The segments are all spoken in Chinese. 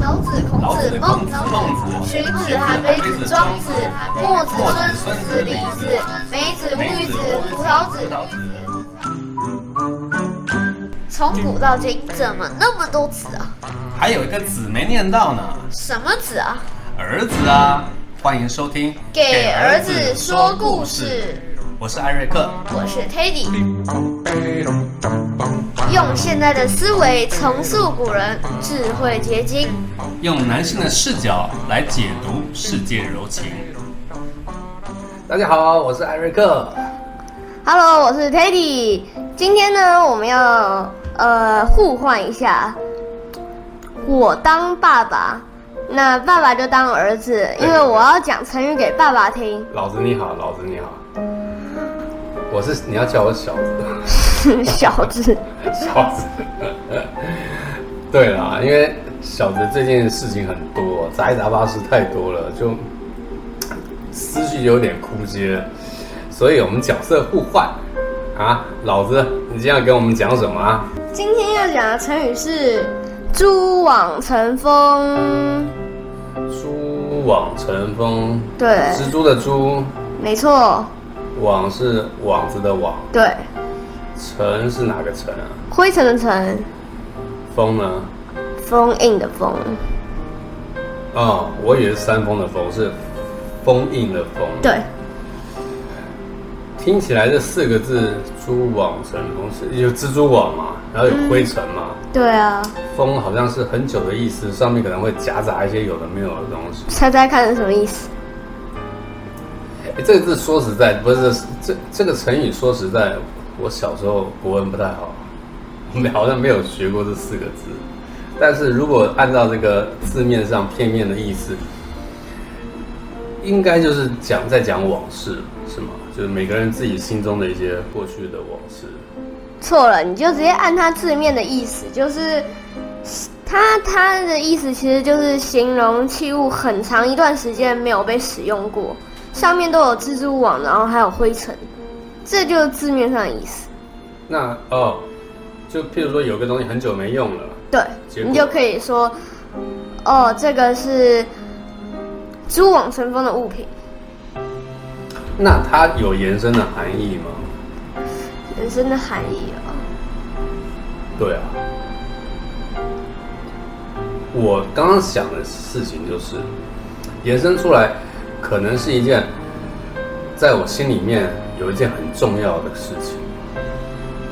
子、孟子、荀子、韩非子、庄子、墨子、孙子、李子、梅子、木子、葡萄子。从古到今，怎么那么多子啊？还有一个子没念到呢，什么子啊？儿子啊！欢迎收听《给儿子说故事》，我是艾瑞克。我是 Teddy。用现在的思维重塑古人智慧结晶。用男性的视角来解读世界柔情。大家好，我是艾瑞克。 Hello，我是 Teddy。今天呢，我们要呃互换一下，我当爸爸，那爸爸就当儿子，因为我要讲成语给爸爸听。 老子你好，老子你好。我是你要叫我小子，小子，小子。对啦，因为小子最近事情很多，杂七杂八事太多了，就思绪有点枯竭，所以我们角色互换啊。老子，你今天要跟我们讲什么啊？今天要讲的成语是“蛛网成风蛛网成风，”，对，蜘蛛的蛛，没错，网是网子的网，对，成是哪个成啊？灰尘的尘，风呢？封印的封，哦，我以为是山峰的峰，是封印的封。，对，听起来这四个字“蛛网成风”是有蜘蛛网嘛，然后有灰尘嘛，对啊，风好像是很久的意思，上面可能会夹杂一些有的没有的东西。猜猜看是什么意思？诶这个字说实在不是这这个成语，说实在，我小时候国文不太好，我们好像没有学过这四个字。但是如果按照这个字面上片面的意思，应该就是讲在讲往事，是吗？就是每个人自己心中的一些过去的往事。错了，你就直接按它字面的意思，就是它它的意思其实就是形容器物很长一段时间没有被使用过，上面都有蜘蛛网，然后还有灰尘，这就是字面上的意思。那哦，就譬如说有个东西很久没用了，对，结果你就可以说，哦，这个是蛛网成风的物品，那它有延伸的含义吗？人生的含义哦。对啊，我刚刚想的事情就是，延伸出来可能是一件，在我心里面有一件很重要的事情，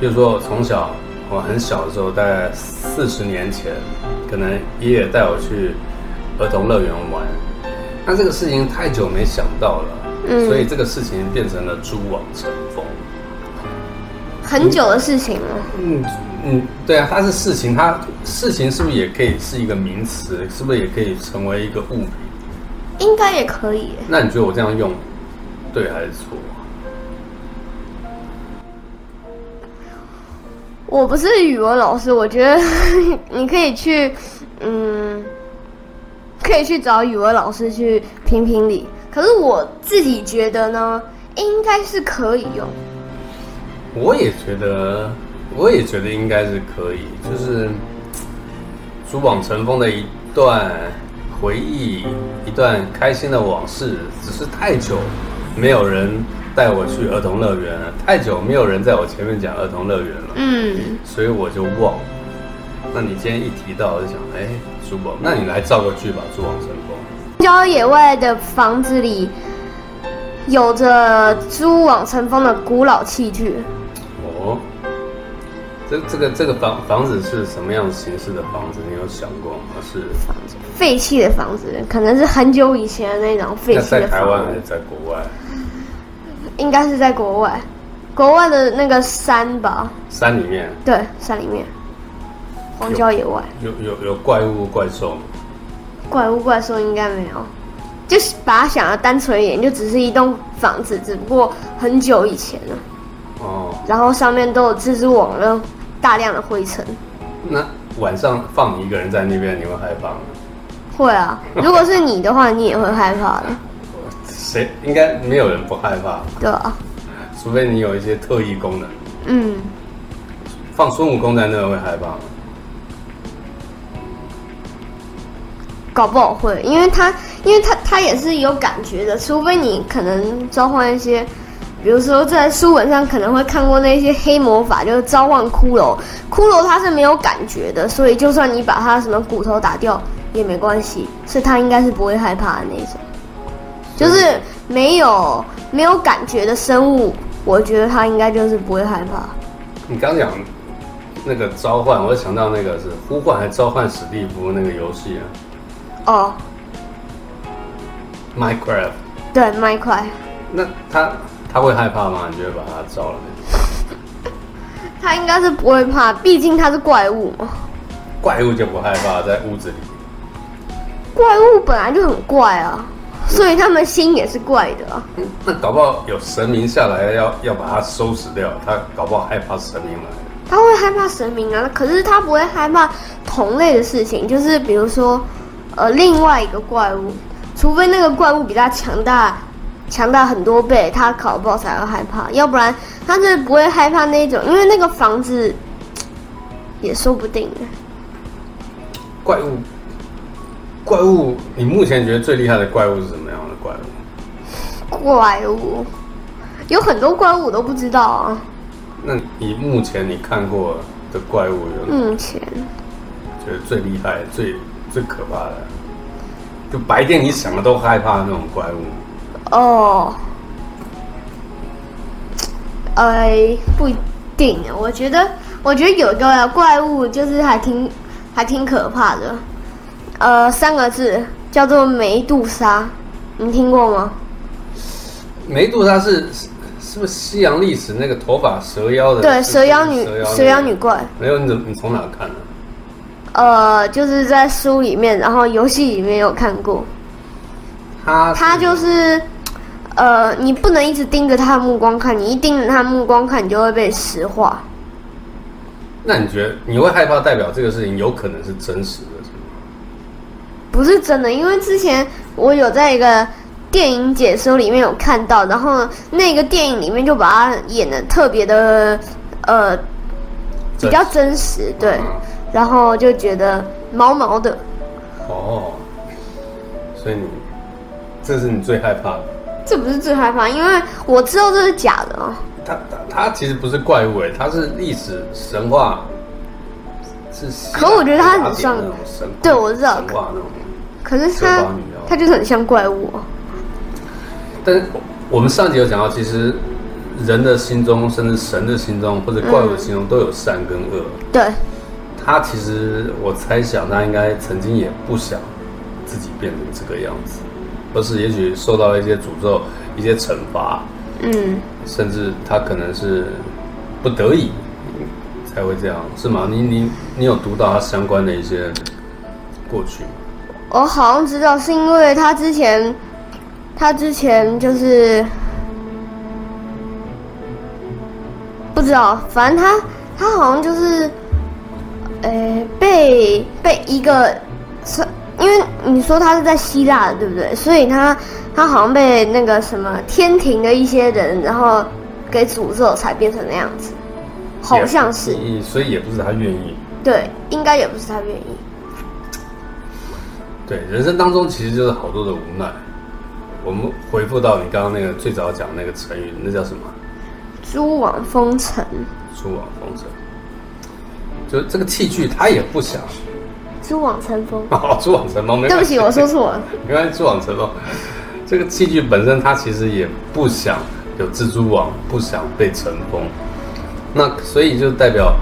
比如说我从小我很小的时候，大概四十年前，可能爷爷带我去儿童乐园玩，那这个事情太久没想到了，嗯所以这个事情变成了蛛网成风。很久的事情了，嗯嗯，对啊，它是事情，它事情是不是也可以是一个名词？是不是也可以成为一个物品？应该也可以耶。那你觉得我这样用对还是错？啊我不是语文老师，我觉得 你可以去，嗯，可以去找语文老师去评评理。可是我自己觉得呢，应该是可以用。我也觉得，我也觉得应该是可以，就是蛛网尘封的一段回忆，一段开心的往事，只是太久没有人带我去儿童乐园了，太久没有人在我前面讲儿童乐园了。嗯，所以我就忘了。那你今天一提到，我就想，哎，珠宝，那你来造个句吧，《蛛网成风》。郊野外的房子里，有着蛛网尘封的古老器具，哦，这这个这个房房子是什么样形式的房子？你有想过吗？是废弃的房子，可能是很久以前的那种废那弃在的台湾房还是子，在国外？应该是在国外，国外的那个山吧，山里面对，山里面，荒有郊野外。有有有怪物怪兽吗？怪物怪兽应该没有，就是把它想的单纯一点，就只是一栋房子，只不过很久以前了，哦，然后上面都有蜘蛛网跟大量的灰尘。那晚上放你一个人在那边，你会害怕吗？会啊，如果是你的话，你也会害怕的，谁应该没有人不害怕，对啊？除非你有一些特异功能。嗯，放孙悟空在那会害怕吗？搞不好会，因为他，因为他他也是有感觉的，除非你可能召唤一些，比如说在书本上可能会看过那些黑魔法，就是召唤骷髅，骷髅它是没有感觉的，所以就算你把它什么骨头打掉也没关系，所以它应该是不会害怕的那种，就是没有没有感觉的生物，我觉得它应该就是不会害怕。你刚讲那个召唤，我就想到那个是呼唤还召唤史蒂夫那个游戏啊哦， ，Minecraft。对，麦块，那他他会害怕吗？你就会把他招了？它应该是不会怕，毕竟它是怪物嘛。怪物就不害怕，在屋子里。怪物本来就很怪啊，所以他们心也是怪的啊。嗯那搞不好有神明下来要要把他收拾掉，他搞不好害怕神明来。他会害怕神明啊，可是他不会害怕同类的事情，就是比如说，呃，另外一个怪物，除非那个怪物比他强大，强大很多倍，他搞不好才会害怕，要不然他是不会害怕那种，因为那个房子也说不定。怪物，怪物，你目前觉得最厉害的怪物是什么样的怪物？怪物有很多怪物我都不知道啊，那你目前你看过的怪物有目前觉得最厉害、最最可怕的？就白天你想的都害怕的那种怪物，哦，哎，不一定啊。我觉得，我觉得有一个怪物就是还挺还挺可怕的，呃，三个字叫做梅杜莎，你听过吗？梅杜莎是是是不是西洋历史那个头发蛇妖的？对，是蛇妖女，呃蛇妖女。那个怪，没有，你怎么你从哪看的、呃，就是在书里面，然后游戏里面有看过。他他就是，呃，你不能一直盯着他的目光看，你一盯着他的目光看，你就会被石化。那你觉得你会害怕，代表这个事情有可能是真实的，是吗？不是真的，因为之前我有在一个电影解说里面有看到，然后那个电影里面就把它演的特别的，呃，比较真实，对，嗯然后就觉得毛毛的，哦，所以你这是你最害怕的。这不是最害怕，因为我知道这是假的啊，它它它其实不是怪物哎，它是历史神话，是希腊可我觉得它很像雅典那种神话，对我知道神话那种。可是蛇它王女妖它就是很像怪物啊、但是我们上集有讲到，其实人的心中，甚至神的心中，或者怪物的嗯心中，都有善跟恶。对，他其实我猜想，他应该曾经也不想自己变成这个样子，而是也许受到了一些诅咒、一些惩罚，嗯，甚至他可能是不得已才会这样，是吗？你你你有读到他相关的一些过去吗？我好像知道，是因为他之前，他之前就是不知道，反正他他好像就是，呃、被被一个是。因为你说他是在希腊的，对不对？所以他他好像被那个什么天庭的一些人，然后给诅咒，才变成那样子，好像是也所以也不是他愿意。对，应该也不是他愿意。对，人生当中其实就是好多的无奈。我们回复到你刚刚那个最早讲那个成语，那叫什么？蛛网封城，出网风筝。就这个器具，他也不想。 蛛网成风。哦，蛛网成风，没对关不系起，我说错了。没关系，蛛网成风。这个器具本身，它其实也不想有蜘蛛网，不想被尘封。那所以就代表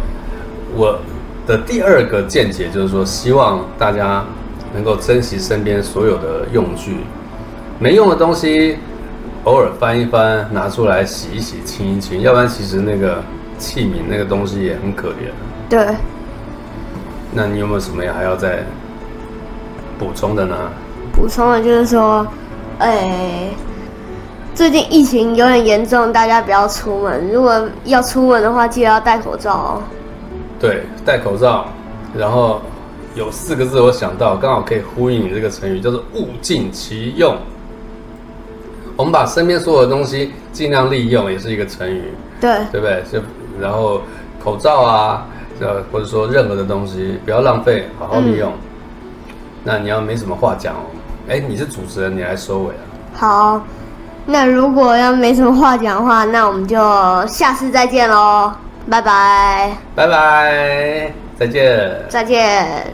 我的第二个见解就是说，希望大家能够珍惜身边所有的用具，没用的东西偶尔翻一翻，拿出来洗一洗、清一清，要不然其实那个器皿那个东西也很可怜。对，那你有没有什么还要再补充的呢？补充的就是说，哎、最近疫情有点严重，大家不要出门。如果要出门的话，记得要戴口罩哦。对，戴口罩，然后有四个字我想到，刚好可以呼应你这个成语，叫做物尽其用。我们把身边所有的东西尽量利用，也是一个成语，对，对不对？就然后口罩啊，呃，或者说任何的东西，不要浪费，好好利用。那你要没什么话讲哦，哎，你是主持人，你来收尾啊。好，那如果要没什么话讲的话，那我们就下次再见喽，拜拜，拜拜，再见。再见。